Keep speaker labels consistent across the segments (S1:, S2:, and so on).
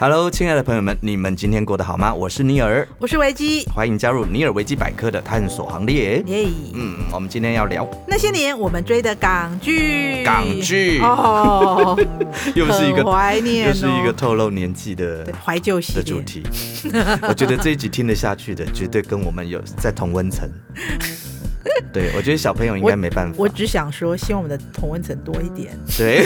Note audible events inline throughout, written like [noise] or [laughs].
S1: Hello，亲爱的朋友们，你们今天过得好吗？我是尼尔，
S2: 我是维基，
S1: 欢迎加入尼尔维基百科的探索行列。
S2: 耶、
S1: 嗯，我们今天要聊
S2: 那些年我们追的港剧，
S1: 港剧
S2: 哦，
S1: [laughs] 又是一个
S2: 很怀念、哦，
S1: 又是一个透露年纪的
S2: 对怀旧系
S1: 的
S2: 列
S1: 主。题。我觉得这一集听得下去的，绝对跟我们有在同温
S2: [laughs]
S1: 层。对，我觉得小朋友应该没办法
S2: 我。只想说，希望我们的同温层多一点， [laughs]
S1: 对，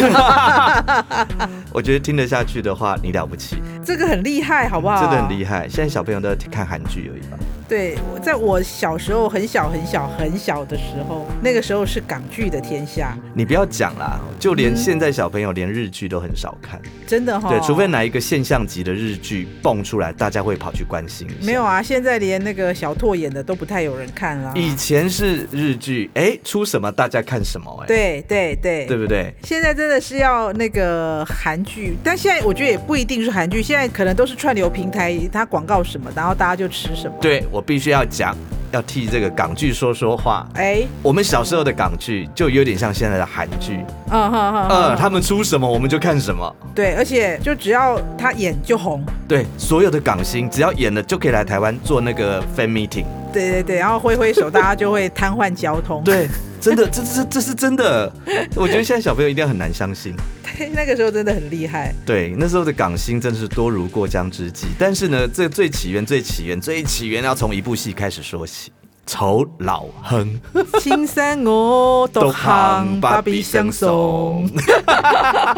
S1: 我觉得听得下去的话，你了不起，
S2: 这个很厉害，好不好？
S1: 真的很厉害。现在小朋友都在看韩剧而已吧？
S2: 对，我在我小时候很小很小很小的时候，那个时候是港剧的天下，
S1: 你不要讲啦，就
S2: 嗯
S1: 连现在小朋友连日剧都很少看。
S2: 真的哈、
S1: 对，除非哪一个现象级的日剧蹦出来，大家会跑去关心一下。
S2: 没有啊，现在连那个小拓演的都不太有人看了。
S1: 以前是日剧，哎、出什么大家看什么、哎，
S2: 对对对
S1: 对不对？
S2: 现在真的是要那个韩剧，但现在我觉得也不一定是韩剧，现在可能都是串流平台，它广告什么，然后大家就吃什么。
S1: 对我必须要讲，要替这个港剧说说话。
S2: 哎，
S1: 我们小时候的港剧就有点像现在的韩剧，
S2: 嗯哼哼，
S1: 呃，
S2: 嗯
S1: 他们出什么我们就看什么。
S2: 对，而且就只要他演就红，
S1: 对，所有的港星只要演了就可以来台湾做那个 fan meeting。
S2: 对对对，然后挥挥手，大家就会瘫痪交
S1: [laughs]
S2: 通。
S1: 对，真的，这这这是真的。我觉得现在小朋友一定很难相信。
S2: [laughs] 对，那个时候真的很厉
S1: [laughs]
S2: 害。
S1: 对，那时候的港星真的是多如过江之鲫。但是呢，这最起源、最起源、最起源要从一部戏开始说起，《丑老哼》
S2: 青山我独行，
S1: 芭
S2: 芭
S1: 比
S2: 比相送。。
S1: [laughs]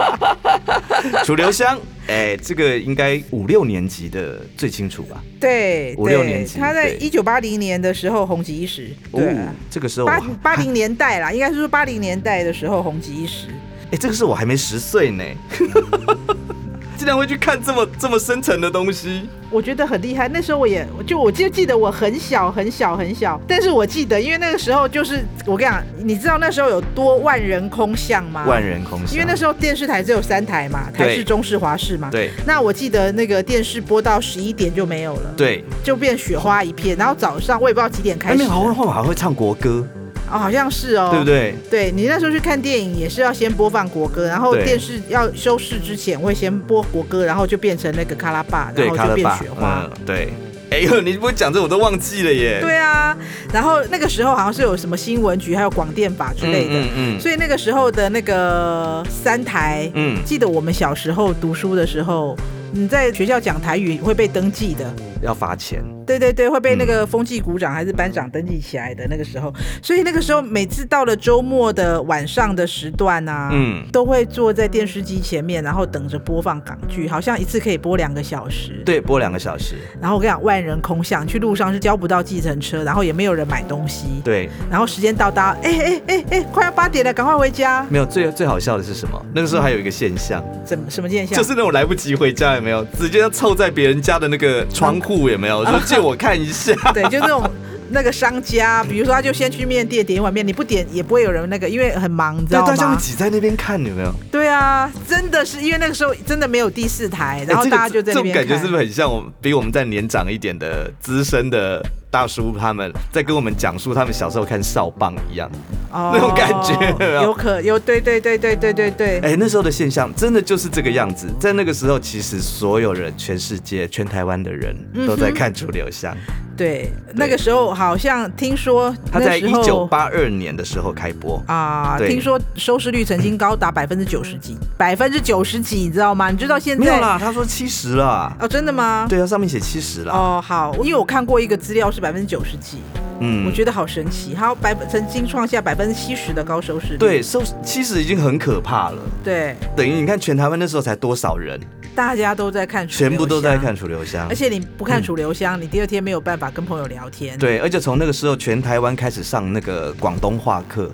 S1: 楚留香，哎、这个应该五六年级的最清楚吧？
S2: 对，
S1: 五六
S2: 对
S1: 年级
S2: 他在
S1: 对
S2: 一九八零年的时候红极一时。对啊，
S1: 哦这个时候我
S2: 八
S1: 还
S2: 八零年代啦，应该是说八零年代的时候红极一时。
S1: 哎、这个是我还没十岁呢，
S2: 嗯
S1: [laughs] 竟然会去看这么这么深沉的东西。
S2: 我觉得很厉害。那时候我也就我就记得我很小很小很小，但是我记得，因为那个时候就是我跟你讲，你知道那时候有多万人空巷吗？
S1: 万人空巷，
S2: 啊因为那时候电视台只有三台嘛，台
S1: 对
S2: 视、中视、华视嘛。
S1: 对
S2: 那我记得那个电视播到十一点就没有了，，
S1: 对，
S2: 就变雪花一片。然后早上我也不知道几点开
S1: 哎，
S2: 始
S1: 没有，
S2: 的，
S1: 好像
S2: 哦，
S1: 后来还会唱国歌，
S2: 好像是哦，
S1: 对不？对？
S2: 对你那时候去看电影也是要先播放国歌，然后
S1: 对
S2: 电视要收视之前会先播国歌，然后就变成那个卡拉巴，
S1: 对，
S2: 然后
S1: 卡
S2: 就
S1: 拉
S2: 变
S1: 巴
S2: 雪，花。
S1: 嗯，对。哎呦，你不会讲这我都忘记了耶。
S2: 对啊，然后那个时候好像是有什么新闻局还有广电法之
S1: 嗯，
S2: 类的，
S1: 嗯嗯
S2: 所以那个时候的那个三台，
S1: 嗯，
S2: 记得我们小时候读书的时候，你在学校讲台语会被登记的，
S1: 要罚钱。
S2: 对对对，会被那个风纪股长还是班长登记起来的。那个时候，所以那个时候每次到了周末的晚上的时段啊，
S1: 嗯
S2: 都会坐在电视机前面，然后等着播放港剧，好像一次可以播两个小时。
S1: 对，播两个小时。
S2: 然后我跟你讲，万人空巷，去路上是叫不到计程车，然后也没有人买东西。
S1: 对，
S2: 然后时间到达，哎哎哎哎，快要八点了，赶快回家。
S1: 没有最最好笑的是什么？那个时候还有一个现象，
S2: 怎么什么现象？
S1: 就是那种来不及回家，有没有？直接要凑在别人家的那个窗户，有没有？说借我看一
S2: [laughs]
S1: 下。
S2: 对，就那种那个商家，比如说他就先去面店点一碗面，你不点也不会有人那个，因为很忙，你知
S1: 对，
S2: 道
S1: 大家会
S2: 吗？
S1: 挤在那边看，有没哎有？
S2: 对啊，真的是因为那个时候真的没有第四台，然后
S1: 哎这个
S2: 大家就在
S1: 这种
S2: 那边
S1: 感
S2: 看。
S1: 觉是不是很像我们比我们再年长一点的资深的大叔他们在跟我们讲述他们小时候看少棒一样？
S2: 哦
S1: 那种感觉有没有
S2: 有可有对对对对对对对，
S1: 哎、那时候的现象真的就是这个样子。在那个时候，其实所有人，全世界、全台湾的人
S2: 嗯
S1: 都在看楚留香。
S2: 对，那个时候好像听说
S1: 他在一
S2: 那时候
S1: 九八二年的时候开播。
S2: 啊，
S1: 对
S2: 听说收视率曾经高达百分之九十几，百分之九十几，你知道吗？你知道现
S1: 没有
S2: 在
S1: 啦，他说七十啦。
S2: 哦，真的吗？
S1: 对啊，上面写七十啦。
S2: 哦，好，因为我看过一个资料是百分之九十几，
S1: 嗯，
S2: 我觉得好神奇，它百分曾经创下百分之七十的高收视率。
S1: 对，收七十已经很可怕了。
S2: 对，
S1: 等于你看，全台湾那时候才多少人，
S2: 大家都在看，
S1: 全部都在。看楚留香
S2: 而。且你不看楚留香，你第二天没有办法跟朋友聊天。，
S1: 对，而且从那个时候，全台湾开始上那个广东话
S2: [laughs]
S1: 课。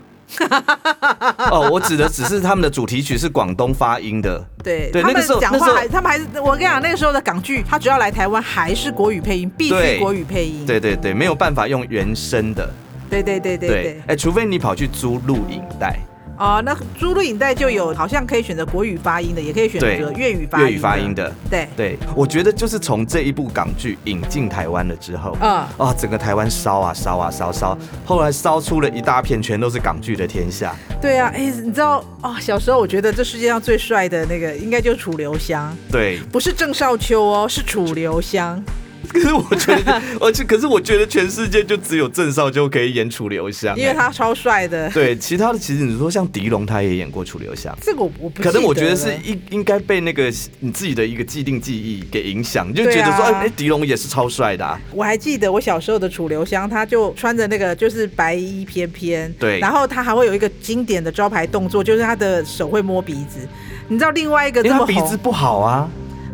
S1: 哦，我指的只是他们的主题曲是广东发音的，
S2: 对，
S1: 对
S2: 他
S1: 那个
S2: 们
S1: 时候
S2: 讲
S1: 那时
S2: 话
S1: 候
S2: 还，他们还是我跟你讲，那个时候的港剧，他只要来台湾还是国语配音，必
S1: 对
S2: 须国语配音。
S1: 对对对，没有办法用原声的。
S2: 对对对对
S1: 对，哎、除非你跑去租录影带，
S2: 哦，那租录影带就有，好像可以选择国语发音的，也可以选
S1: 对
S2: 择粤语发音。
S1: 粤语发音。的。
S2: 对，
S1: 对，我觉得就是从这一部港剧引进台湾了之后，
S2: 嗯，
S1: 啊，整个台湾烧啊烧啊烧烧，后来烧出了一大片，全都是港剧的天下。
S2: 对啊，哎，你知道哦，小时候我觉得这世界上最帅的那个应该就是楚留香，
S1: 对， [laughs]
S2: 不是郑少秋哦，是楚留香。
S1: 可是我觉得，而且可是我觉得全世界就只有郑少秋可以演楚留香、
S2: 因为
S1: 哎
S2: 他超帅的。
S1: 对其他的，其实你说像狄龙，他也演过楚留香。
S2: 这个我我不记
S1: 可能我觉得
S2: 了
S1: 是应应该被那个你自己的一个既定记忆给影响，你就觉
S2: 对
S1: 得
S2: 啊
S1: 说，哎、哎狄龙也是超帅的、啊，
S2: 我还记得我小时候的楚留香，他就穿着那个就是白衣翩翩，
S1: 对
S2: 然后他还会有一个经典的招牌动作，就是他的手会摸鼻子。你知道另外一个
S1: 因
S2: 这
S1: 为
S2: 么
S1: 他
S2: 红，
S1: 鼻子不好啊。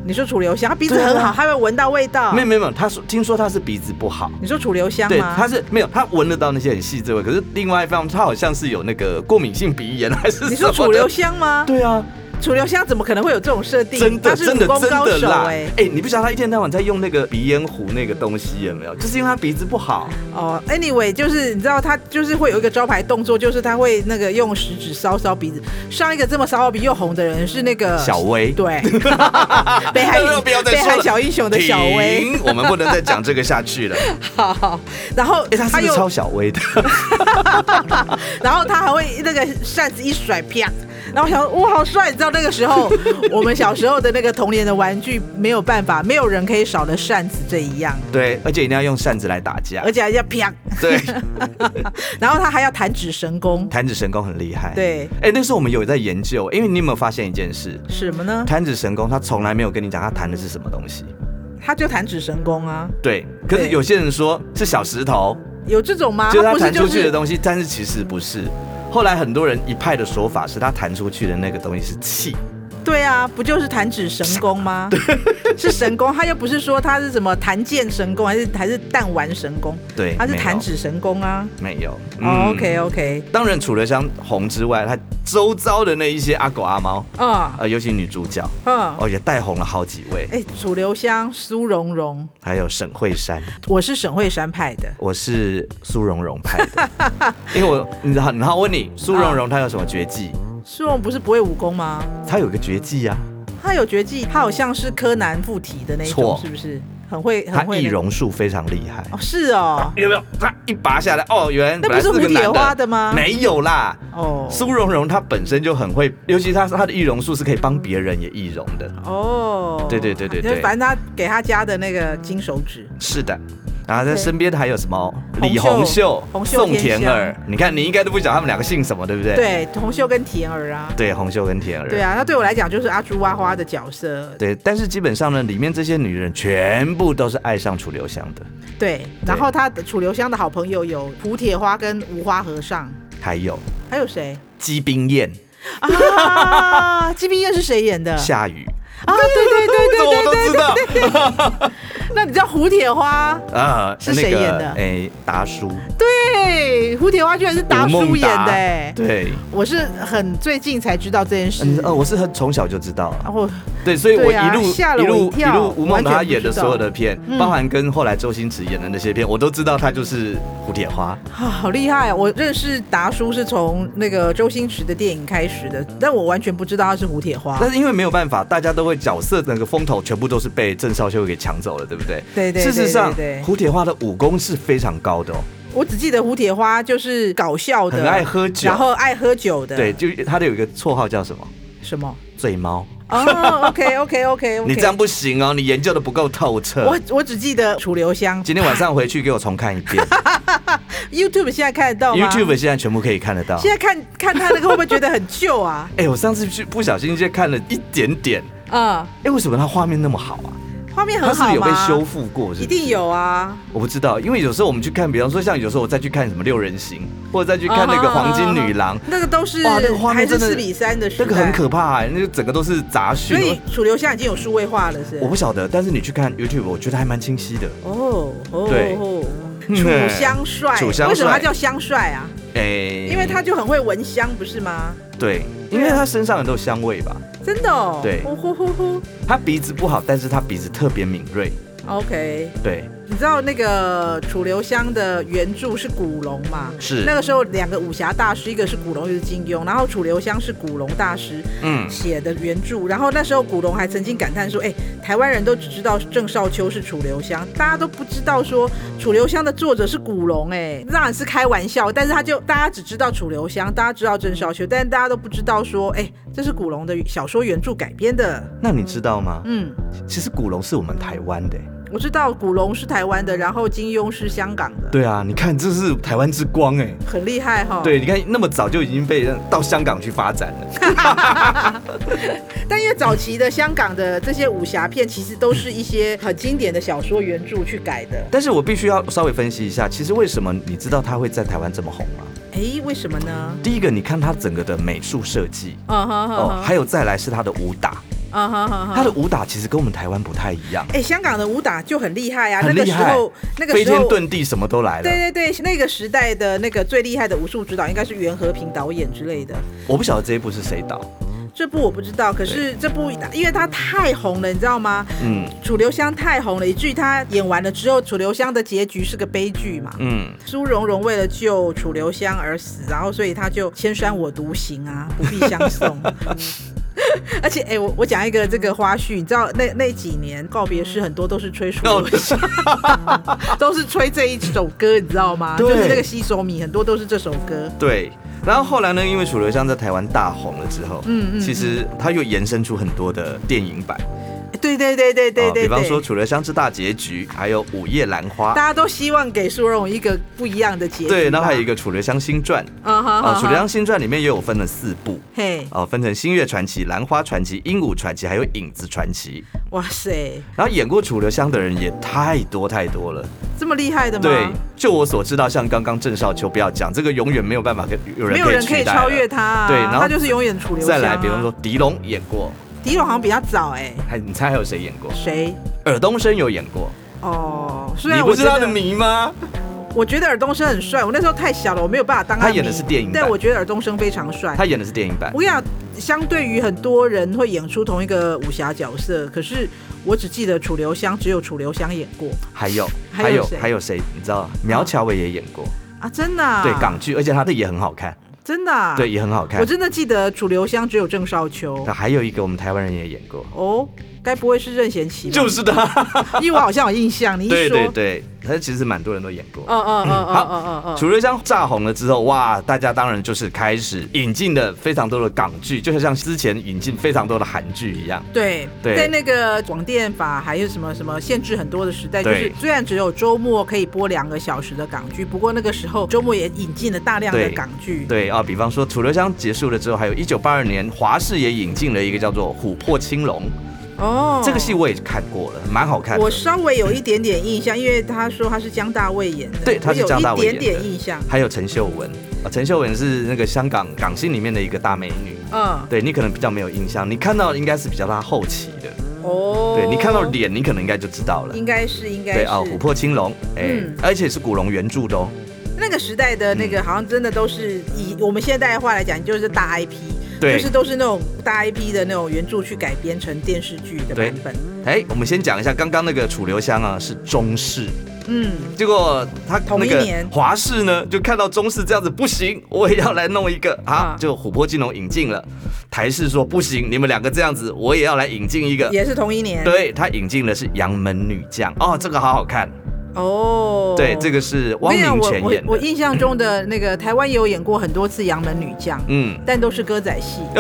S2: 你说楚留香，他鼻子
S1: 对啊
S2: 很好，他会闻到味道。
S1: 没有没有没有，他说听说他是鼻子不好，
S2: 你说楚留香
S1: 对，
S2: 吗？
S1: 他是没有，他闻得到那些很细致的味。可是另外一方面，他好像是有那个过敏性鼻炎还是什么的
S2: 你说楚留？香吗？
S1: 对啊，
S2: 楚留香怎么可能会有这种设定？
S1: 真的
S2: 他是
S1: 真
S2: 武
S1: 的
S2: 功
S1: 真
S2: 高
S1: 的
S2: 手
S1: 啦！
S2: 哎、
S1: 你不晓得他一天到晚在用那个鼻烟壶那个东西有没有？就是因为他鼻子不好，
S2: 哦，anyway，就是你知道他就是会有一个招牌动作，就是他会那个用食指搔搔鼻子。上一个这么搔到鼻又红的人是那个
S1: 小薇。
S2: 对， [laughs] 北海
S1: [laughs] 不要再
S2: 北
S1: 说
S2: 海
S1: 了
S2: 小英雄的小薇，
S1: 停，我们不能再讲这个下去了。
S2: [laughs] 好，然后
S1: 哎，他是不是
S2: 又
S1: 超小薇的？
S2: 然后他还会那个扇子一甩，啪。然后我想说，哇，好帅！你知道那个
S1: [laughs]
S2: 时候，我们小时候的那个童年的玩具没有办法，没有人可以少了扇子这一样，
S1: 对，而且一定要用扇子来打架
S2: 而。且还要啪，
S1: 对，
S2: 然后他还要弹指神
S1: [laughs]
S2: 功，
S1: 弹指神功很厉害。，
S2: 对，
S1: 哎，那时候我们有在研究，因为你有没有发现一件事？
S2: 什么呢？
S1: 弹指神功，他从来没有跟你讲他弹的是什么东西。
S2: 他就弹指神功啊，
S1: 对，可是
S2: 对
S1: 有些人说是小石头，
S2: 有这种吗？
S1: 就是他
S2: 他不是
S1: 弹
S2: 就
S1: 出去的
S2: 是
S1: 东西，但是其实不是。后来很多人一派的说法是，他弹出去的那个东西是气，
S2: 对啊，不就是弹指神功吗？是神功，他又不是说他是什么弹剑神功，还是还是弹丸神功，
S1: 对，
S2: 他是
S1: 没有
S2: 弹指神功啊。
S1: 没有。嗯
S2: 哦、OK OK，
S1: 当然，除了像红之外，他周遭的那一些阿狗阿猫，
S2: 嗯
S1: 呃，尤其女主角，
S2: 嗯，
S1: 哦，也带红了好几位，
S2: 哎，楚留香、苏蓉蓉，
S1: 还有沈慧珊，
S2: 我是沈慧珊派的。
S1: 我是苏蓉蓉派的， [laughs] 因为我，你知道，然后问你，苏蓉蓉她有什么绝技？
S2: 苏蓉不是不会武功吗？
S1: 她有一个绝技啊呀、
S2: 她有绝技，她好像是柯南附体的那一种
S1: 错，
S2: 是不是？很会，
S1: 她
S2: 很会
S1: 易
S2: 那个。
S1: 容术非常厉害。
S2: 哦，是哦，
S1: 有没有？她一拔下来，哦，原来
S2: 那
S1: 本
S2: 不
S1: 来
S2: 是
S1: 个
S2: 蝴蝶
S1: 男
S2: 花的吗？
S1: 没有啦，
S2: 哦
S1: 苏蓉蓉她本身就很会，尤其她她的易容术是可以帮别人也易容的。
S2: 哦，
S1: 对对对对对
S2: 就反正他给他加的那个金手指。
S1: 是的，然后在
S2: 对
S1: 身边还有什么
S2: 红
S1: 李
S2: 袖
S1: 红秀、
S2: 红袖
S1: 宋
S2: 添
S1: 田儿，你看你应该都不晓得他们两个姓什么，对不对？啊
S2: 对，红袖跟田儿啊。
S1: 对，红袖跟田儿。
S2: 对啊，那对我来讲就是阿朱哇花的角色，
S1: 对但是基本上呢，里面这些女人全部都是爱上楚留香的，
S2: 对。然后他的楚留香的好朋友有蝴蝶花跟无花和尚，
S1: 还有
S2: 还
S1: [laughs]
S2: 有谁
S1: 姬冰燕、
S2: 啊？金冰燕是谁演的？
S1: 夏雨，
S2: 啊，对对对
S1: 这 [laughs]
S2: 对
S1: 我都知道。
S2: 那你知道蝴蝶花？
S1: 啊，
S2: 是谁
S1: 那个
S2: 演的
S1: 哎，达叔，
S2: 对，蝴蝶花居然是达
S1: 吴
S2: 叔
S1: 孟
S2: 演
S1: 达
S2: 的哎、
S1: 对，
S2: 我是很最近才知道这件事。
S1: 嗯，哦，我是很从小就知道啊
S2: 然。后
S1: 对，所以我
S2: 对啊
S1: 一路、
S2: 吓了
S1: 一
S2: 我
S1: 路
S2: 一跳
S1: 路吴孟达
S2: 完全不知道
S1: 演的所有的片，
S2: 嗯
S1: 包含跟后来周星驰演的那些片，我都知道他就是蝴蝶花。
S2: 啊，好厉害哦！我认识达叔是从那个周星驰的电影开始的，但我完全不知道他是蝴蝶花。
S1: 但是因为没有办法，大家都会角色那个风头全部都是被郑少秋给抢走了，对不对？
S2: 对对对
S1: 事实上
S2: 对对，对
S1: 蝴蝶花的武功是非常高的哦，
S2: 我只记得蝴蝶花就是搞笑的，
S1: 很爱喝酒
S2: 然后爱喝酒的。
S1: 对，，就他的有一个绰号叫什么？
S2: 什
S1: [laughs]
S2: 么？
S1: 醉猫。
S2: 哦，OK OK OK OK，
S1: 你这样不行哦，你研究的不够透彻
S2: 我。我只记得楚留香。
S1: 今天晚上回去给我重看一
S2: [laughs]
S1: 遍
S2: YouTube 现在看得到吗
S1: ，YouTube 啊现在全部可以看得到。
S2: 现在看看他那个会不会觉得很旧
S1: [laughs]
S2: 啊？
S1: 哎、我上次去不小心就看了一点点，
S2: 嗯，
S1: 哎、为什么它画面那么好啊？
S2: 画面
S1: 它
S2: 很
S1: 是不
S2: 好
S1: 是有
S2: 吗？
S1: 被修复过？是不是
S2: 一定有啊。
S1: 我不知道，因为有时候我们去看，比方说像有时候我再去看什么六人行，或者再去看那个黄金女郎，
S2: 那个都是
S1: 哇那个画面
S2: 还是
S1: 真的
S2: 四比三的时代，
S1: 那个很可怕、欸，那个整个都是杂
S2: 哦所以
S1: 讯。
S2: 楚留香已经有数位化了，是
S1: 我不晓得，但是你去看 YouTube，我觉得还蛮清晰的。
S2: 哦哦
S1: 对
S2: 哦
S1: 嗯
S2: 楚香帅，
S1: 楚香帅
S2: 为什么他叫香帅啊？
S1: 哎、
S2: 因为他就很会闻香，不是吗？
S1: 对，因为他身上很多香味吧。
S2: 真的哦，
S1: 对
S2: 呼呼呼呼
S1: 他鼻子不好，但是他鼻子特别敏锐。
S2: ，OK。
S1: 对，
S2: 你知道那个楚留香的原著是古龙嘛？
S1: 是
S2: 那个时候两个武侠大师，一个是古龙，一个是金庸，然后楚留香是古龙大师
S1: 嗯，
S2: 写的原著，然后那时候古龙还曾经感叹说：“哎、台湾人都只知道郑少秋是楚留香，大家都不知道说楚留香的作者是古龙。”哎，当然是开玩笑，但是他就大家只知道楚留香，大家知道郑少秋，但是大家都不知道说，哎、这是古龙的小说原著改编的。
S1: 那你知道吗？
S2: 嗯，
S1: 其实古龙是我们台湾的欸。
S2: 我知道古龙是台湾的，然后金庸是香港的，
S1: 对啊，你看这是台湾之光哎。
S2: 很厉害哈。
S1: 对，你看那么早就已经被人到香港去发展了。
S2: 但因为早期的香港的这些武侠片，其实都是一些很经典的小说原著去改的。
S1: 但是我必须要稍微分析一下，其实为什么你知道他会在台湾这么红吗？
S2: 哎，为什么呢？
S1: 第一个，你看他整个的美术设计
S2: 嗯哼哼
S1: 哦，
S2: 哼，
S1: 还有再来是他的武打，
S2: 嗯哼哼哼
S1: 他的武打其实跟我们台湾不太一样，
S2: 哎、香港的武打就很厉害啊，
S1: 很
S2: 那个
S1: 厉
S2: 时
S1: 害
S2: 候那个
S1: 飞
S2: 时
S1: 天
S2: 候。
S1: 遁地什么都来了。
S2: 对对对，那个时代的那个最厉害的武术指导应该是袁和平导演之类的。
S1: 我不晓得这一部是谁导，
S2: 这部我不知道，可是这部因为它太红了，你知道吗？
S1: 嗯
S2: 楚留香太红了，以至于她演完了之后，楚留香的结局是个悲剧嘛。
S1: 嗯，
S2: 苏蓉蓉为了救楚留香而死，然后所以她就千山我独行啊，不必相 [laughs] 送。
S1: 嗯
S2: 而且，哎、我我讲一个这个花絮，你知道那那几年告别诗很多都是吹楚
S1: 哦
S2: 留香， [laughs] 都是吹这一首歌，你知道吗？
S1: 对
S2: 就是那个西索米，很多都是这首歌。
S1: 对。然后后来呢，因为楚留香在台湾大红了之后，
S2: 嗯嗯嗯
S1: 其实他又延伸出很多的电影版，
S2: 对对对对对
S1: 啊
S2: 对
S1: 哦比方
S2: 对
S1: 说《楚留香之大结局》，还有《午夜兰花
S2: 大》，家都希望给苏蓉一个不一样的结局吧。
S1: 对，然后还有一
S2: 个
S1: 个《楚留香新传》
S2: 啊哈
S1: 啊，
S2: 啊，
S1: 《楚留香新传》里面也有分了四部。
S2: 嘿，
S1: 哦，分成星月传奇、兰花传奇、鹦鹉传奇，还有影子传奇。
S2: 哇塞，
S1: 然后演过楚留香的人也太多太多了。
S2: 这么厉害的吗？
S1: 对，就我所知道，像刚刚郑少秋，不要讲这个，永远没有办法跟有人
S2: 没有人可
S1: 取
S2: 以
S1: 代了
S2: 超越。他、啊，
S1: 对然后
S2: 他就是永远楚留香、
S1: 再
S2: 啊。
S1: 来，比方说狄龙演过，
S2: 狄龙好像比较早哎、
S1: 还你猜还有谁演过？
S2: 谁？
S1: 尔冬升有演过，
S2: 哦，虽
S1: 你
S2: 然
S1: 不
S2: 我
S1: 是
S2: 觉
S1: 他的
S2: 得
S1: 迷吗？
S2: 我觉得尔冬升很帅，我那时候太小了，我没有办法当
S1: 他
S2: 迷
S1: 演的是电影版
S2: 但我觉得尔冬升非常帅。
S1: 他演的是电影版
S2: 哎我。跟你讲，相对于很多人会演出同一个武侠角色，可是我只记得楚留香，只有楚留香演过
S1: 还有
S2: 还
S1: 还
S2: 有
S1: 有
S2: 谁
S1: 还有谁？你知道苗侨伟也演过，
S2: 啊，真的、啊，
S1: 对港剧，而且他的也很好看，
S2: 真的、啊，
S1: 对，也很好看
S2: 我。真的记得楚留香只有郑少秋
S1: 那还有一个我们台湾人也演过，
S2: 哦，该不会是任贤齐吧？
S1: 就是他。
S2: 因为我好像有印象，你一说，
S1: 对对对，他其实蛮多人都演过。
S2: 嗯嗯嗯嗯嗯嗯嗯，
S1: 楚留香炸红了之后，哇，大家当然就是开始引进了非常多的港剧，就像之前引进非常多的韩剧一样。
S2: 对，
S1: 对
S2: 在那个广电法还有什么什么限制很多的时代，就
S1: 对
S2: 是虽然只有周末可以播两个小时的港剧，不过那个时候周末也引进了大量的
S1: 对
S2: 港剧。
S1: 对啊，比方说楚留香结束了之后，还有一九八二年华视也引进了一个叫做《琥珀青龙》
S2: 哦，
S1: 这个戏，我也看过了，蛮好看的
S2: 我。稍微有一点点印象，因为他说他是江大卫演的，
S1: 对他是江大卫
S2: 我有
S1: 演
S2: 一
S1: 的
S2: 点点印象。
S1: 还有陈秀雯啊，陈秀雯是那个香港港星里面的一个大美女。
S2: 嗯，
S1: 对你可能比较没有印象，你看到应该是比较她后期的。
S2: 哦，
S1: 对你看到，脸，你可能应该就知道了。
S2: 应该是应该
S1: 对
S2: 是
S1: 啊，《琥珀青龙》哎
S2: 嗯，
S1: 而且是古龙原著的哦。
S2: 那个时代的那
S1: 嗯
S2: 个，好像真的都是以我们现代话来讲，就是大 IP，
S1: 对
S2: 就是都是那种大 IP 的那种原著去改编成电视剧的版本。
S1: 哎，我们先讲一下刚刚那个楚留香啊，是中式，
S2: 嗯，
S1: 结果他
S2: 同
S1: 那
S2: 一
S1: 个
S2: 年
S1: 华视呢，就看到中式这样子不行，我也要来弄一个啊
S2: 啊，
S1: 就琥珀金龙引进了。台视说不行，你们两个这样子，我也要来引进一个。
S2: [laughs] 也是同一年。
S1: 对他引进的是《杨门女将》哦，这个好好看。
S2: 哦，
S1: 对，这个是
S2: 我
S1: 汪
S2: 跟你讲
S1: 明
S2: 我
S1: 荃
S2: 我
S1: 演
S2: 我
S1: 的。
S2: 印象中的那个台湾也有演过很多次《杨门女将》。
S1: 嗯，
S2: 但都是歌仔戏，
S1: [laughs]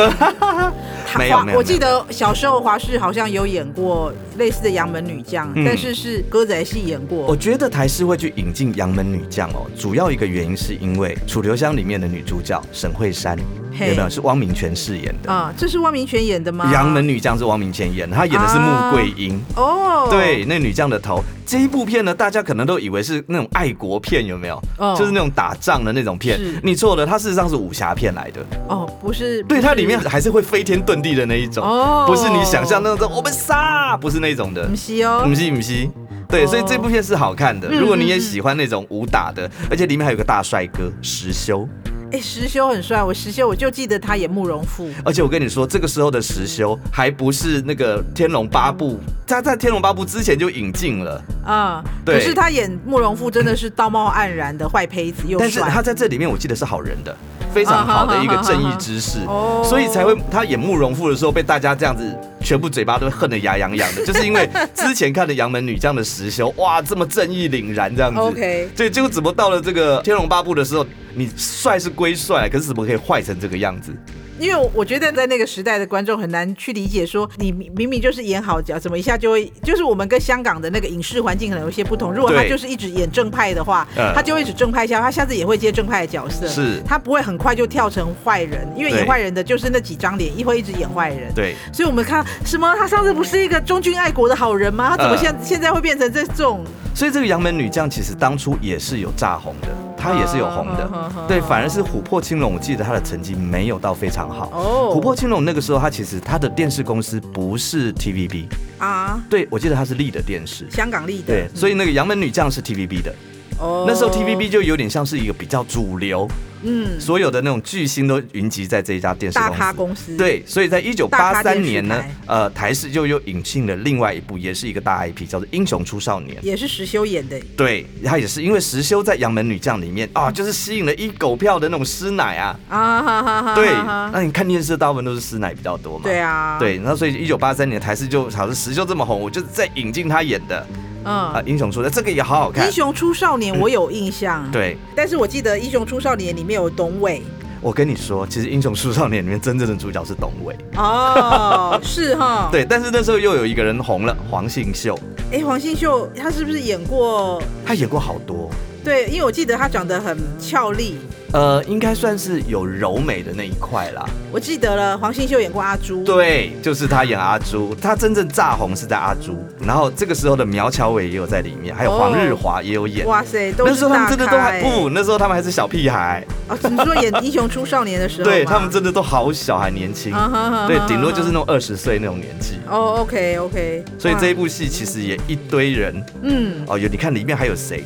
S2: 他
S1: 没有
S2: 华
S1: 没有
S2: 我记得小时候华视好像有演过类似的《杨门女将》
S1: 嗯哦
S2: 但是是歌仔戏演
S1: 我
S2: 过。
S1: 觉得台视会去引进《杨门女将》哦，主要一个原因是因为《楚留香》里面的女主角沈慧珊，
S2: 嘿
S1: 有没有是汪明荃饰演的？
S2: 啊，这是汪明荃演的吗？
S1: 《杨门女将》是汪明荃演的，她演的是穆桂英。
S2: 哦，
S1: 对，那女将的头这一部片呢，大家可能都以为是那种爱国片，有没有？
S2: 哦
S1: 就是那种打仗的那种片
S2: 是。
S1: 你错了，它事实上是武侠片来的。
S2: 哦，不是，
S1: 对，
S2: 不是
S1: 它里面还是会飞天遁地的那一种，
S2: 哦
S1: 不是你想象那种我们杀，不是那种的
S2: 不。是哦
S1: 唔，西唔西，对，
S2: 哦
S1: 所以这部片是好看的。
S2: 嗯
S1: 如果你也喜欢那种武打的，而且里面还有个大帅哥石修，
S2: 哎、哎，石修很帅，我石修我就记得他演慕容复，
S1: 而且我跟你说，这个时候的石修还不是那个《天龙八部》，他在《天龙八部》之前就引进了，
S2: 啊、
S1: 对
S2: 可是他演慕容复真的是道貌岸然的坏胚子，又
S1: 但是
S2: 帅。
S1: 他在这里面我记得是好人的，非常好的一个正义之士，
S2: 哦
S1: 所以才会他演慕容复的时候被大家这样子。全部嘴巴都恨得牙痒痒的， [laughs] 就是因为之前看的《杨门女将》的石修，哇，这么正义凛然这样子。
S2: [laughs] OK
S1: 对，结果怎么到了这个《天龙八部》的时候，你帅是归帅，可是怎么可以坏成这个样子？
S2: 因为我觉得在那个时代的观众很难去理解，说你明明就是演好角，怎么一下就会，就是我们跟香港的那个影视环境可能有一些不同。如果他
S1: 对
S2: 就是一直演正派的话，
S1: 嗯
S2: 他就会一直正派下，他下次也会接正派的角色，
S1: 是
S2: 他不会很快就跳成坏人，因为
S1: 对
S2: 演坏人的就是那几张脸，一会一直演坏人。
S1: 对，
S2: 所以我们看什么？他上次不是一个忠君爱国的好人
S1: 嗯
S2: 吗？他怎么现、现在会变成这种？
S1: 所以这个杨门女将其实当初也是有炸红的，她也是有红
S2: 哦
S1: 的，对，反而是琥珀青龙，我记得她的成绩没有到非常好。
S2: 哦
S1: 琥珀青龙那个时候，她其实她的电视公司不是 TVB，
S2: 啊，
S1: 对我记得她是立的电视，
S2: 香港立的，
S1: 对，所以那个杨门女将是 TVB 的，
S2: 哦
S1: 那时候 TVB 就有点像是一个比较主流，
S2: 嗯
S1: 所有的那种巨星都云集在这一家电视
S2: 大
S1: 公司
S2: 咖。公司，
S1: 对，所以在一九
S2: 大
S1: 八
S2: 咖
S1: 三
S2: 电视
S1: 年呢
S2: 台，
S1: 呃，台视就又引进了另外一部，也是一个大 IP，叫做《英雄出少年》。
S2: 也是石修演的。
S1: 对，他也是因为石修在《杨门女将》里面啊，
S2: 嗯
S1: 就是吸引了一狗票的那种师奶啊。
S2: 啊哈哈哈！
S1: 对
S2: 哈，哈
S1: 那你看电视大部分都是师奶比较多嘛。
S2: 对。啊，
S1: 对，那所以一九八三年台视就好像石修这么红，我就是在引进他演的啊，
S2: 嗯，
S1: 英雄出来》这个也好好看嗯
S2: 英。雄出少年我有印象，，
S1: 对，
S2: 但是我记得英雄出少年里面有董
S1: [laughs]
S2: 伟
S1: 我跟你说，其实《英雄出少年》里面真正的主角是董伟，
S2: 哦，是哈，，
S1: 对，但是那时候又有一个人红了，黄信秀，
S2: 哎，黄信秀他是不是演过？
S1: 他演过好多，
S2: 对，因为我记得他长得很俏丽，
S1: 呃，应该算是有柔美的那一块啦。
S2: 我记得了，黄信秀演过阿朱，，
S1: 对，就是他演阿朱，他真正炸红是在阿朱，然后这个时候的苗侨伟也有在里面，还有黄日华也有演。
S2: 哇塞，都
S1: 那
S2: 是
S1: 时候他们真的都还
S2: 大咖欸
S1: 不，那时候他们还是小屁孩，
S2: 哎哦，你说演英雄出少年的时候吗，
S1: 对他们真的都好小，还年
S2: [laughs]
S1: 轻，
S2: 啊哈哈
S1: 对
S2: 哈，
S1: 顶多就是
S2: 哈
S1: 那种二十岁那种年纪。
S2: 哦，OK OK，
S1: 所以这一部戏其实也一堆人
S2: 嗯，
S1: 哦，有你看里面还有谁？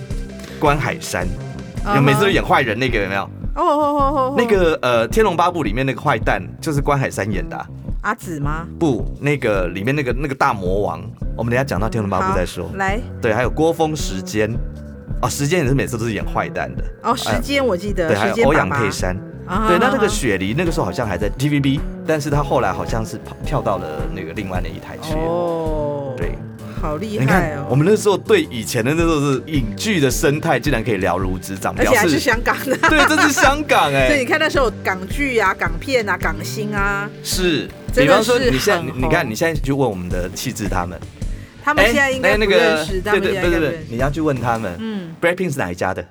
S1: 关海山，
S2: 啊
S1: 有
S2: 哈
S1: 每次都演坏人那个有没有？
S2: 哦哦哦哦哦，
S1: 那个呃，《天龙八部》里面那个坏蛋就是关海山演的啊、
S2: 阿紫吗？
S1: 不，那个里面那个那个大魔王，我们等一下讲到《天龙八部
S2: 好》
S1: 再说。
S2: 来。
S1: 对，还有郭峰时间，哦，时间也是每次都是演坏蛋的。
S2: 哦，时间我记得，
S1: 哎对，还
S2: 时间
S1: 有欧
S2: 爸
S1: 阳
S2: 爸
S1: 佩珊。
S2: 啊
S1: 对，那那个
S2: 啊
S1: 雪梨那个时候好像还在 TVB，但是他后来好像是跑跳到了那个另外的一台去。
S2: 哦，
S1: 对，，
S2: 好厉
S1: 你
S2: 害
S1: 看
S2: 哦！
S1: 我们那时候对以前的那时候是影剧的生态，竟然可以了如指掌，
S2: 而
S1: 表
S2: 且还是
S1: 示
S2: 香港的，
S1: 对，这是香港哎、
S2: [laughs] 所以你看那时候港剧啊、港片啊、港星啊，
S1: 是。
S2: 真
S1: 比
S2: 的
S1: 方说，
S2: 是
S1: 你现在
S2: 很
S1: 你你看，
S2: 红
S1: 你现在去问我们的气质他们，哎
S2: 他们现在应该
S1: 那
S2: 不
S1: 那
S2: 认
S1: 个
S2: 识，他
S1: 对
S2: 们
S1: 对
S2: 现
S1: 对
S2: 在
S1: 对
S2: 应该不
S1: 对
S2: 认，识。
S1: 你要去问他们，
S2: 嗯
S1: Blackpink 是哪一家的？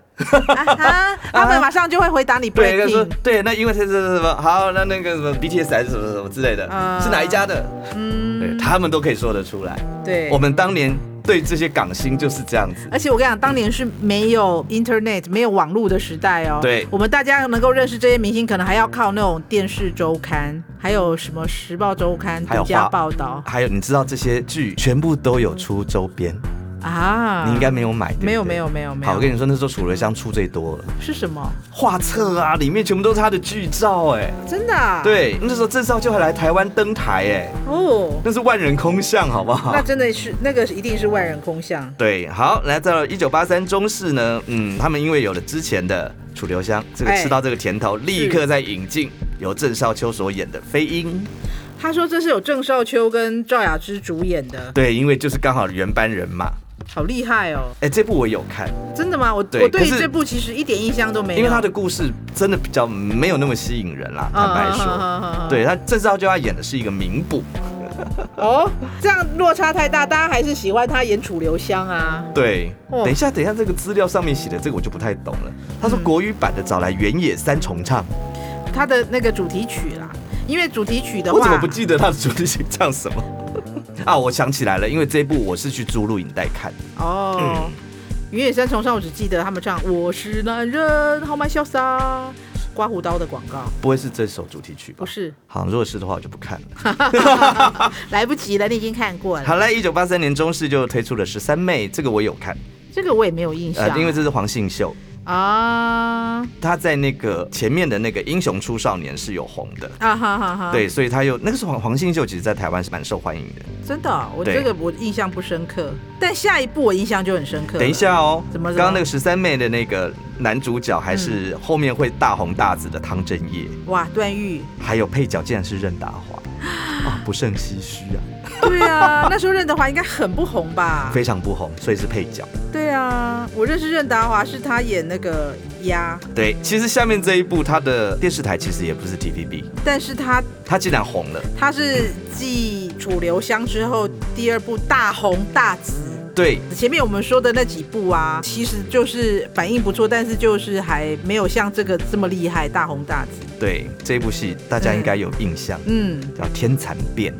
S2: 啊
S1: [laughs]
S2: 哈，他们马上就会回答你
S1: 对，他说
S2: breaking，
S1: 对，那因为是是是什么？好，那那个什么 BTS 还是什么什么之类的，
S2: 啊
S1: 是哪一家的？对
S2: 嗯，
S1: 他们都可以说得出来。
S2: 对
S1: 我。们当年对这些港星就是这样子。
S2: 而且我跟你讲，当年是没有 internet、没有网络的时代哦。
S1: 对
S2: 我们大家能够认识这些明星，可能还要靠那种电视周刊，还有什么《时报周刊》
S1: 还有
S2: 独家
S1: 花
S2: 报道
S1: 还有，你知道这些剧全部都有出周边，
S2: 啊。
S1: 你应该没有买。对不对
S2: 没有没有没有没有
S1: 好，我跟你说，那时候楚留香出最多了，
S2: 是什么？
S1: 画册啊，里面全部都是他的剧照，哎，
S2: 真的、啊？，
S1: 对，那时候郑少秋还来台湾登台，哎，
S2: 哦，
S1: 那是万人空巷，好不好？
S2: 那真的是那个一定是万人空巷。
S1: 对，好，来到了一九八三中式呢，嗯，他们因为有了之前的楚留香，这个
S2: 哎
S1: 吃到这个甜头，立刻在引进由郑少秋所演的《飞鹰》。
S2: 他说这是有郑少秋跟赵雅芝主演的，
S1: 对，因为就是刚好原班人马。
S2: 好厉害哦！
S1: 哎，这部我有看，
S2: 真的吗？我
S1: 对
S2: 我对于
S1: 可是
S2: 这部其实一点印象都没有，
S1: 因为他的故事真的比较没有那么吸引人啦，
S2: 嗯
S1: 坦白
S2: 嗯
S1: 说。
S2: 嗯嗯嗯
S1: 对他郑少秋他演的是一个名捕，
S2: 哦，这样落差太大，大家还是喜欢他演楚留香啊。
S1: 对，
S2: 哦
S1: 等一下，等一下，这个资料上面写的这个我就不太懂了。他
S2: 嗯
S1: 说国语版的找来原野三重唱，
S2: 他的那个主题曲啦，因为主题曲的
S1: 我怎么
S2: 话
S1: 不，记得他的主题曲唱什么？ [laughs] 啊，我想起来了，因为这一部我是去租录影带看的。
S2: 哦。原野三重唱，我只记得他们唱《我是男人，豪迈潇洒》，刮胡刀的广告
S1: 不会是这首主题曲吧？
S2: 不。是，
S1: 好，如果是的话，我就不看了。
S2: 来不及了，你已经看过了。
S1: 好了，一九八三年中视就推出了《十三妹》，这个我有看，呃
S2: 这个我也没有印象，
S1: 呃，因为这是黄信秀，
S2: 啊
S1: 他在那个前面的那个《英雄出少年》是有红的，
S2: 啊哈哈哈！，
S1: 对，所以他有那个时候黄黄信秀其实在台湾是蛮受欢迎的。
S2: 真的哦、我
S1: 对
S2: 这个我印象不深刻，但下一部我印象就很深刻了。
S1: 等一下哦，
S2: 怎么
S1: 刚
S2: 了嗯
S1: 刚那个十三妹的那个男主角还是后面会大红大紫的汤镇业，
S2: 哇，段誉，
S1: 还有配角竟然是任达华，啊，不胜唏嘘啊，
S2: 对啊，那时候任达华应该很不红吧？
S1: 非常不红，所以是配角。
S2: 对啊，我认识任达华是他演那个鸭，
S1: 对，其实下面这一部他的电视台其实也不是 TVB，
S2: 但是他
S1: 他竟然红了。
S2: 他是继《楚留香》之后第二部大红大紫。
S1: 对，
S2: 前面我们说的那几部啊，其实就是反应不错，但是就是还没有像这个这么厉害，大红大紫。
S1: 对，这部戏大家应该有印象，
S2: 嗯，
S1: 叫《天蚕变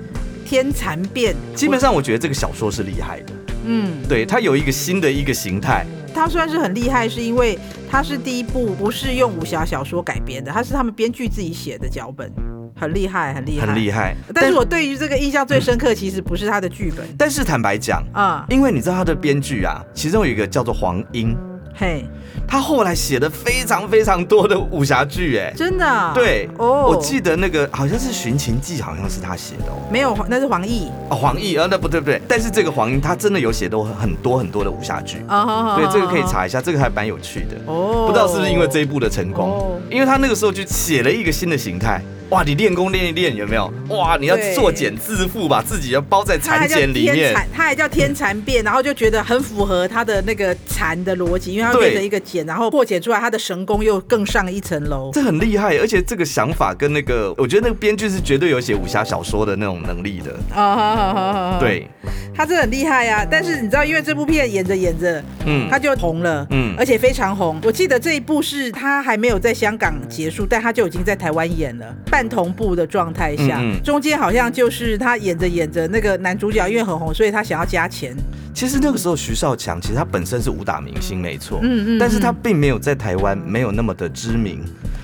S2: 天蚕变，》。
S1: 基本上，我觉得这个小说是厉害的。
S2: 嗯，
S1: 对，它有一个新的一个形态。
S2: 他算是很厉害，是因为他是第一部不是用武侠小说改编的，他是他们编剧自己写的脚本，很厉害，很厉害，
S1: 很厉害。
S2: 但是我对于这个印象最深刻，其实不是他的剧本
S1: 但是坦白讲，
S2: 啊，
S1: 因为你知道他的编剧啊，其中有一个叫做黄英，
S2: 嘿，
S1: 他后来写了非常非常多的武侠剧，哎，
S2: 真的啊、
S1: 对，
S2: 哦
S1: 我记得那个好像是《寻秦记》，好像是他写的哦。
S2: 没有，那是黄奕
S1: 哦，黄奕，啊，那不对不对，但是这个黄英他真的有写到很多很多的武侠剧，
S2: 啊
S1: 对，这个可以，查一下，这个还蛮有趣的。
S2: 哦
S1: 不知道是不是因为这一部的成功
S2: 哦，
S1: 因为他那个时候就写了一个新的形态。哇，你练功练一练有没有？哇，你要
S2: 对
S1: 作茧自缚，把自己要包在
S2: 他
S1: 蚕
S2: 还叫
S1: 茧里
S2: 天
S1: 面。 [laughs]
S2: 蚕，他还叫天蚕变，然后就觉得很符合他的那个蚕的逻辑，因为他
S1: 对
S2: 变成一个茧，然后破茧出来，他的神功又更上一层楼。
S1: 这很厉害，而且这个想法跟那个，我觉得那个编剧是绝对有写武侠小说的那种能力的。
S2: 啊好好好好好
S1: 对，
S2: 他真的很厉害呀、啊！但是你知道，因为这部片演着演着，
S1: 嗯
S2: 他，就红了，
S1: 嗯
S2: 嗯，而且非常红。我记得这一部是他还没有在香港结束，但他就已经在台湾演了，半同步的状态下，
S1: 嗯嗯
S2: 中间好像就是他演着演着，那个男主角因为很红，所以他想要加钱，
S1: 其实那个时候徐少强其实他本身是武打明星，没错，
S2: 嗯嗯嗯
S1: 但是他并没有在台湾没有那么的知名。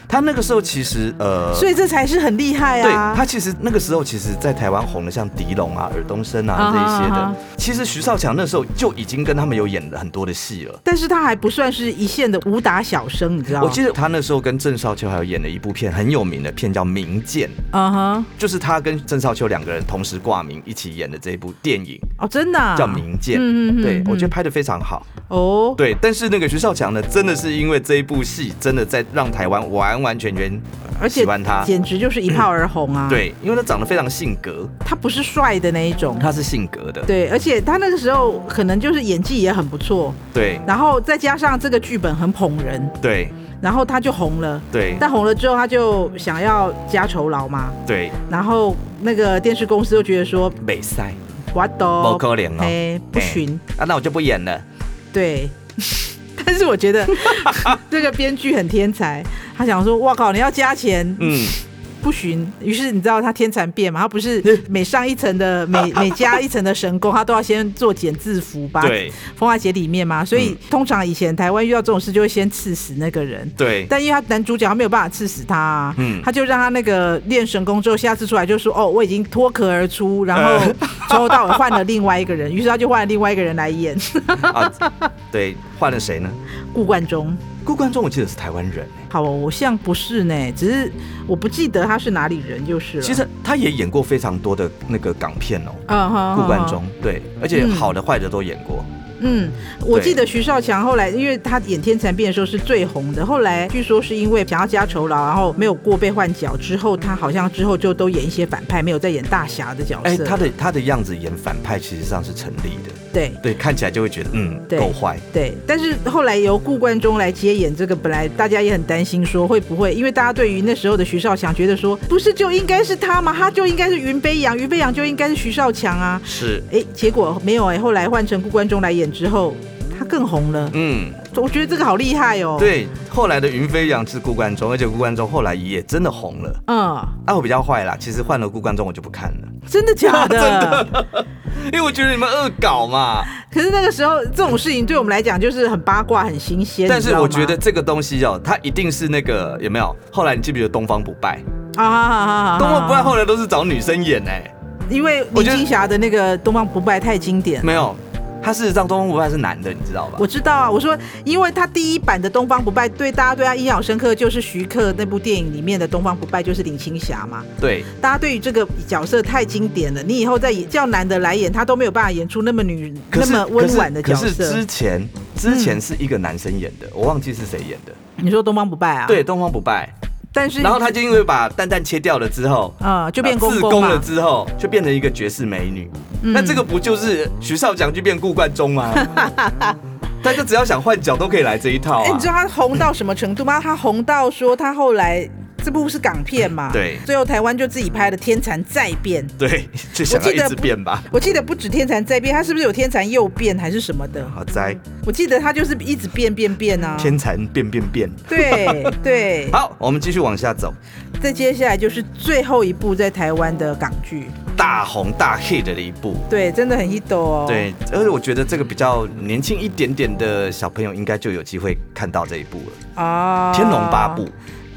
S1: 他那个时候其实呃，
S2: 所以这才是啊很厉害
S1: 对
S2: 啊。
S1: 他其实那个时候其实，在台湾红的像狄龙啊、尔冬升啊
S2: 啊
S1: 这一些的
S2: 啊啊，
S1: 其实徐少强那时候就已经跟他们有演了很多的戏了。
S2: 但是他还不算是一线的武打小生，你知道吗？
S1: 我记得他那时候跟郑少秋还有演了一部片很有名的片叫《名剑》，
S2: 嗯哼，
S1: 就是他跟郑少秋两个人同时挂名一起演的这一部电影
S2: 哦，真的啊、
S1: 叫《名剑》。
S2: 嗯嗯嗯
S1: 对
S2: 嗯，
S1: 我觉得拍的非常好。
S2: 哦，
S1: 对，但是那个徐少强呢，真的是因为这一部戏，真的在让台湾完完全全
S2: 而且
S1: 喜欢他。
S2: 简直就是一炮而红啊！，
S1: 对，因为他长得非常性格，
S2: 他不是帅的那一种，
S1: 他是性格的。
S2: 对，而且他那个时候可能就是演技也很不错，
S1: 对
S2: 然后再加上这个剧本很捧人，
S1: 对
S2: 然后他就红了。
S1: 对
S2: 但红了之后，他就想要加酬劳嘛，
S1: 对，
S2: 然后那个电视公司就觉得说，
S1: 美塞
S2: 我
S1: 不
S2: 都
S1: 可怜哦
S2: 哎不行，
S1: 啊，那我就不演了。
S2: 对。 [laughs] 但是我觉
S1: [laughs]
S2: 得这个编剧很天才，他想说，哇靠，你要加钱
S1: 嗯，
S2: 不行。于是你知道他天蚕变嘛，他
S1: [laughs]
S2: 不是每上一层的每每加一层的神功，他都要先做减字符吧？
S1: 对
S2: 风化节里面嘛，所以
S1: 嗯
S2: 通常以前台湾遇到这种事就会先刺死那个人。
S1: 对
S2: 但因为他男主角他没有办法刺死他、啊，
S1: 嗯
S2: 他就让他那个练神功之后，下次出来就说哦，我已经脱壳而出，然
S1: 哎
S2: 后从头到尾换了另外一个人，于是他就换了另外一个人来演 [laughs]
S1: 啊，对，换了谁呢？
S2: 顾冠中。
S1: 顾冠中我记得是台湾人，
S2: 好、哦，我像不是呢，只是我不记得他是哪里人就是了。
S1: 其实他也演过非常多的那个港片哦。
S2: 嗯，哼
S1: 顾冠，
S2: 哼
S1: 中对，而且
S2: 嗯
S1: 好的坏的都演过。
S2: 嗯，我
S1: 对
S2: 记得徐少强后来，因为他演《天蚕变》的时候是最红的，后来据说是因为想要加酬劳，然后没有过被换角之后，他好像之后就都演一些反派，没有再演大侠的角色。
S1: 哎，他的他的样子演反派，其实上是成立的。
S2: 对
S1: 对，看起来就会觉得嗯，
S2: 对
S1: 够坏。
S2: 对，但是后来由顾冠中来接演这个，本来大家也很担心说会不会，因为大家对于那时候的徐少强觉得说，不是就应该是他吗？他就应该是啊云飞扬，云飞扬就应该是徐少强啊。
S1: 是，
S2: 哎，结果没有哎，后来换成顾冠中来演之后，他更红了。
S1: 嗯，
S2: 我觉得这个好厉害哦。，
S1: 对。后来的云飞扬是顾冠中，而且顾冠中后来也真的红了。
S2: 嗯。
S1: 啊，我比较坏啦，其实换了顾冠中我就不看了，
S2: [laughs] 真的假
S1: [laughs]
S2: 的？
S1: 因为我觉得你们恶搞嘛。
S2: 可是那个时候这种事情对我们来讲就是很八卦、很新鲜。
S1: 但
S2: 你
S1: 是
S2: 知道
S1: 我
S2: 吗
S1: 觉得这个东西哦，它一定是那个有没有？后来你记不记得东方不败？
S2: 啊啊啊啊啊，
S1: 东方不败
S2: 啊，
S1: 后来都是找女生演哎、
S2: 因为
S1: 我
S2: 林
S1: 觉得
S2: 青霞的那个《东方不败》太经典了。
S1: 没有。他事实上东方不败是男的，你知道吧？
S2: 我知道啊，我说，因为他第一版的《东方不败》对大家对他印象深刻，就是徐克那部电影里面的《东方不败》就是林青霞嘛。
S1: 对，
S2: 大家对于这个角色太经典了，你以后再演叫男的来演，他都没有办法演出那么女
S1: 可
S2: 那
S1: 是
S2: 么温婉的角
S1: 可是可是
S2: 色嗯
S1: 之。前之前是一个男生演的，我忘记是谁演的。
S2: 你说东方不败啊？
S1: 对，，东方不败。
S2: 但是
S1: 然后他就因为把蛋蛋切掉了之后，
S2: 啊、就变公
S1: 自
S2: 公
S1: 宫
S2: 嘛
S1: 了之后，就变成一个绝世美女。
S2: 嗯
S1: 那这个不就是徐少强就变顾冠中
S2: [laughs]
S1: 吗？大家只要想换角都可以来这一套
S2: 哎、你
S1: 啊
S2: 知。道他红到什么程度吗？他红到说他后来这部是港片嘛，
S1: 对
S2: 最后台湾就自己拍了《天蚕再变》。
S1: 对，就想要
S2: 我记
S1: 一
S2: 得
S1: 直变吧。
S2: 我记得不止天蚕再变，他是不是有天蚕又变还是什么的？
S1: 好哉，
S2: 我记得他就是一直变变变啊。
S1: 天啊蚕变变变。
S2: 对
S1: [laughs]
S2: 对，
S1: 好，我们继续往下走，
S2: 再接下来就是最后一部在台湾的港剧，
S1: 大红大 hit 的一部。
S2: 对，真的很 hit 哦。，
S1: 对，而且我觉得这个比较年轻一点点的小朋友应该就有机会看到这一部了，
S2: 啊，
S1: 《天龙八部》。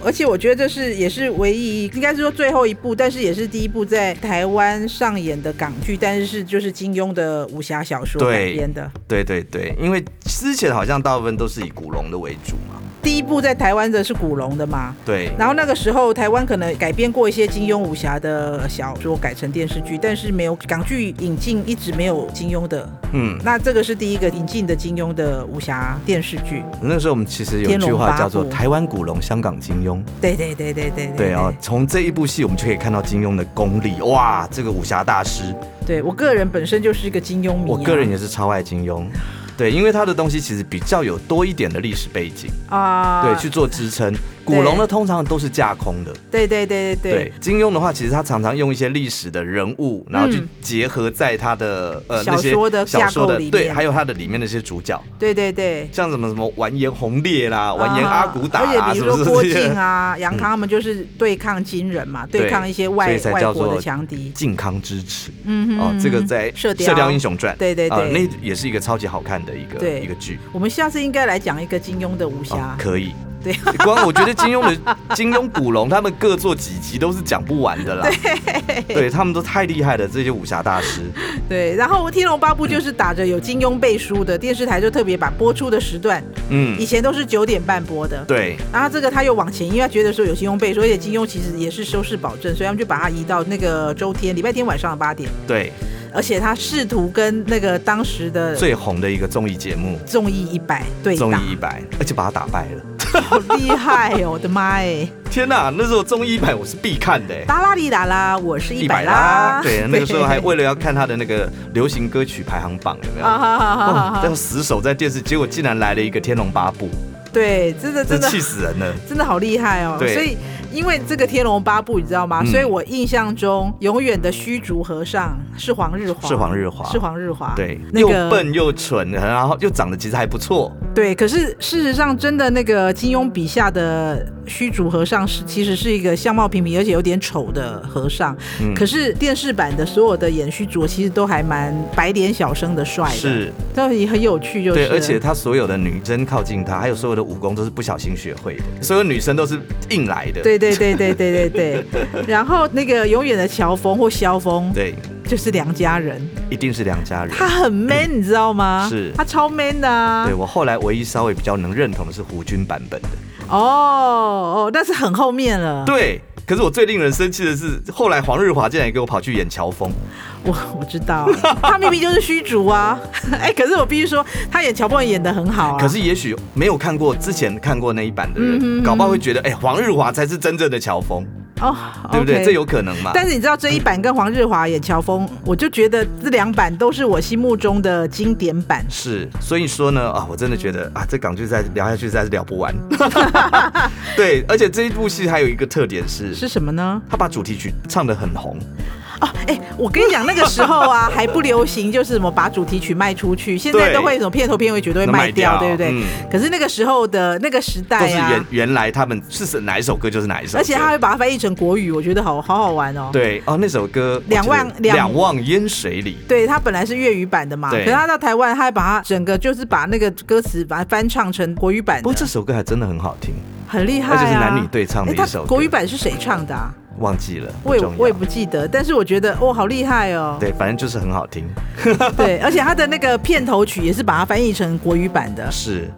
S2: 而且我觉得这是也是唯一，应该是说最后一部，但是也是第一部在台湾上演的港剧，但是是就是金庸的武侠小说改
S1: 对
S2: 编的。
S1: 对对对，因为之前好像大部分都是以古龙的为主嘛。
S2: 第一部在台湾的是古龙的嘛，
S1: 对，
S2: 然后那个时候台湾可能改编过一些金庸武侠的小说改成电视剧，但是没有港剧引进，一直没有金庸的。
S1: 嗯，
S2: 那这个是第一个引进的金庸的武侠电视剧。
S1: 那时候我们其实有一
S2: 天龙
S1: 句
S2: 八
S1: 话
S2: 部
S1: 叫做“台湾古龙，香港金庸
S2: 对对对对对”。
S1: 对哦，从这一部戏我们就可以看到金庸的功力。哇，这个武侠大师，
S2: 对我个人本身就是一个金庸迷啊、
S1: 我个人也是超爱金庸。对，因为他的东西其实比较有多一点的历史背景，
S2: 啊，
S1: 对，去做支撑。古龙呢，通常都是架空的，
S2: 对对对
S1: 对
S2: 对对，
S1: 金庸的话，其实他常常用一些历史的人物，然后去
S2: 嗯
S1: 结合在他的、呃
S2: 小
S1: 那些
S2: 说的
S1: 小说
S2: 架构里
S1: 的
S2: 面
S1: 对，还有他的里面那些主角，
S2: 对对对。
S1: 像什么什么完颜洪烈啦、完颜阿骨打
S2: 啊而且
S1: 啦，
S2: 比
S1: 是
S2: 如
S1: 不
S2: 说
S1: 是
S2: 郭
S1: 这
S2: 靖
S1: 些？ [laughs]
S2: 啊、杨康他们就是对抗金人嘛，对抗一些
S1: 所
S2: 外
S1: 以才
S2: 外
S1: 叫
S2: 国
S1: 做
S2: 的强敌。
S1: 靖康之耻。
S2: 嗯哼
S1: 哦，这个在
S2: 射雕
S1: 英雄传》
S2: 对对对
S1: 啊那也是一个超级好看的一个
S2: 对
S1: 一个剧。
S2: 我们下次应该来讲一个金庸的武
S1: 哦
S2: 侠，。
S1: 可以。
S2: 对，
S1: [laughs] 光我觉得金庸的金庸、古龙他们各做几集都是讲不完的啦。对，他们都太厉害了，这些武侠大师。
S2: 对，然后《天龙八部》就是打着有金庸背书的，电视台就特别把播出的时段，
S1: 嗯
S2: 以，前都是九点半播的。
S1: 对，
S2: 然后这个他又往前，因为他觉得说有金庸背书，而且金庸其实也是收视保证，所以他们就把它移到那个周天礼拜天晚上的八点，
S1: 对，
S2: 而且他试图跟那个当时的
S1: 最红的一个综艺节目
S2: 综艺一百对
S1: 《综
S2: 呃打，
S1: 艺一百》，而且把它打败了。
S2: 好厉害哦！我的妈哎，
S1: 天哪、那时候综艺一百我是必看的、欸。
S2: 达拉里达啦，我是一百啦
S1: 啦，，对，那个时候
S2: [laughs]
S1: 还为了要看他的那个流行歌曲排行榜，有没有？
S2: 啊哈哈哈
S1: 哇
S2: 哈，
S1: 要哦死守在电视，结果竟然来了一个《天龙八部
S2: 对，真的》，
S1: 这
S2: 真的
S1: 气死人
S2: [laughs]
S1: 了。
S2: 真的好厉害哦！
S1: 对
S2: 所以因为这个《天龙八部》，你知道吗？
S1: 嗯
S2: 所以我印象中永远的虚竹和尚是黄日华，
S1: 是黄日华
S2: 是黄日华，
S1: 对，
S2: 那
S1: 又
S2: 个
S1: 笨又蠢，然后又长得其实还不错。
S2: 对。可是事实上，真的那个金庸笔下的虚竹和尚是其实是一个相貌平平而且有点丑的和尚，
S1: 嗯
S2: 可是电视版的所有的演虚竹其实都还蛮白脸小生的帅的，
S1: 是，
S2: 但也很有趣，就是
S1: 对，而且他所有的女生靠近他，还有所有的武功都是不小心学会的，所有女生都是硬来的。
S2: 对对对对对对对，然后那个永远的乔峰或萧峰，
S1: 对，
S2: 就是梁家人，
S1: 一定是两家人。
S2: 他很 man，、你知道吗？
S1: 是
S2: 他超 man 的啊
S1: 对！我后来唯一稍微比较能认同的是胡军版本的，
S2: 哦哦，那是很后面了。
S1: 对。可是我最令人生气的是，后来黄日华竟然给我跑去演乔峰，
S2: 我我知道，他明明就是虚竹啊！ [laughs] 哎、可是我必须说，他演乔峰演的很好啊。
S1: 可是也许没有看过之前看过那一版的人，
S2: 嗯哼嗯哼
S1: 搞不好会觉得，哎、黄日华才是真正的乔峰，
S2: 哦，
S1: 对不对
S2: OK
S1: 这有可能嘛？
S2: 但是你知道这一版跟黄日华演乔峰，我就觉得这两版都是我心目中的经典版。
S1: 是，所以说呢，啊，我真的觉得啊，这港剧再聊下去实在是聊不
S2: [laughs]
S1: 完。对，而且这一部戏还有一个特点是，
S2: 是什么呢？
S1: 他把主题曲唱得很红，
S2: 哦，哎、我跟你讲，那个时候啊，还不流行，就是什么把主题曲卖出去，现在
S1: 对
S2: 都会什么片头片尾曲都会
S1: 能
S2: 卖
S1: 卖
S2: 掉，
S1: 掉
S2: 对不对？
S1: 嗯
S2: 可是那个时候的那个时
S1: 都
S2: 代
S1: 是原
S2: 啊，
S1: 原来他们是哪一首歌就是哪一首歌，
S2: 而且他会把它翻译成国语，我觉得好好好玩哦。
S1: 对哦，那首歌我
S2: 两
S1: 记得
S2: 万两
S1: 两望烟水里，
S2: 对，它本来是粤语版的嘛，可
S1: 对
S2: 是他到台湾，他还把它整个就是把那个歌词把它翻唱成国语版
S1: 不过这
S2: 的，
S1: 首歌还真的很好听，
S2: 很厉害、啊，
S1: 而且是男女对唱的
S2: 哎它
S1: 一首歌
S2: 国语版是谁唱的啊？
S1: 忘记了，
S2: 我也
S1: 重要
S2: 我也不记得，但是我觉得哦，好厉害哦。
S1: 对，反正就是很好听。
S2: 对，而且他的那个片头曲也是把它翻译成国语版
S1: [laughs]
S2: 的。
S1: 是，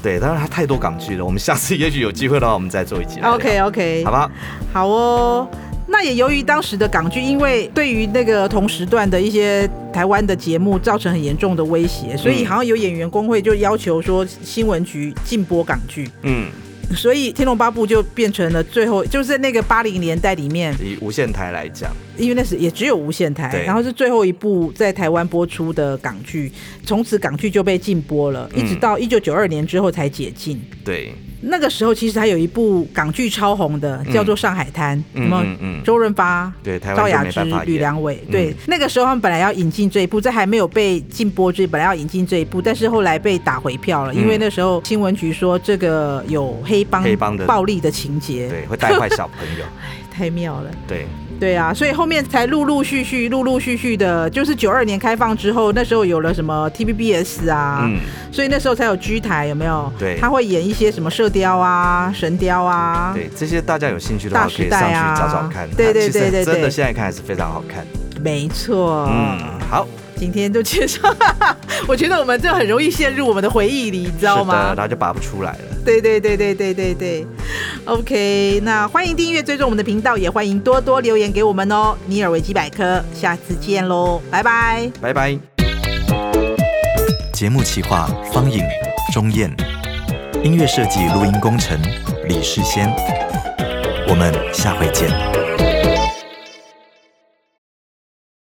S1: 对，当然它太多港剧了，我们下次也许有机会的话，我们再做一集来聊。
S2: OK OK，
S1: 好吧，
S2: 好哦。那也由于当时的港剧，因为对于那个同时段的一些台湾的节目造成很严重的威胁，所以
S1: 嗯
S2: 好像有演员工会就要求说新闻局禁播港剧，
S1: 嗯，
S2: 所以《天龙八部》就变成了最后，就是那个八零年代里面，
S1: 以无线台来讲，
S2: 因为那时也只有无线台，
S1: 对
S2: 然后是最后一部在台湾播出的港剧，从此港剧就被禁播了，一直
S1: 嗯
S2: 到一九九二年之后才解禁。
S1: 对，
S2: 那个时候其实还有一部港剧超红的，叫做《上海滩》，
S1: 嗯
S2: 什么
S1: 嗯嗯，
S2: 周润发、
S1: 对，台
S2: 赵
S1: 湾
S2: 雅
S1: 就没
S2: 芝
S1: 办法、
S2: 吕
S1: 演。
S2: 良伟。
S1: 嗯
S2: 对，那个时候他们本来要引进这一部，在还没有被禁播之前，本来要引进这一部，但是后来被打回票了，因为
S1: 嗯
S2: 那时候新闻局说这个有黑帮
S1: 黑帮的
S2: 暴力的情节，
S1: 对，会带坏小朋友。
S2: 太妙了。 [laughs]
S1: 对，
S2: 对啊，所以后面才陆陆续续、陆陆续续的，就是九二年开放之后，那时候有了什么 TVBS 啊，
S1: 嗯，
S2: 所以那时候才有 G 台，有没有？
S1: 对
S2: 他会演一些什么射雕啊、神雕啊，
S1: 对，这些大家有兴趣的话，
S2: 大
S1: 可
S2: 时
S1: 以上
S2: 代啊
S1: 去找找看。
S2: 对对
S1: 它其实
S2: 对对
S1: 真的
S2: 对
S1: 现在看还是非常好看。
S2: 没错。
S1: 嗯，好，
S2: 今天就介绍，我觉得我们这很容易陷入我们的回忆里，你知
S1: 是
S2: 道
S1: 的，
S2: 吗
S1: 然？后就拔不出来了。
S2: 对对对对对对对，OK，那欢迎订阅追踪我们的频道，也欢迎多多留言给我们哦。尼尔维基百科，下次见喽，拜拜。
S1: 拜拜。节目企划：方颖、钟燕，音乐设计、录音工程：李世先。我们下回见。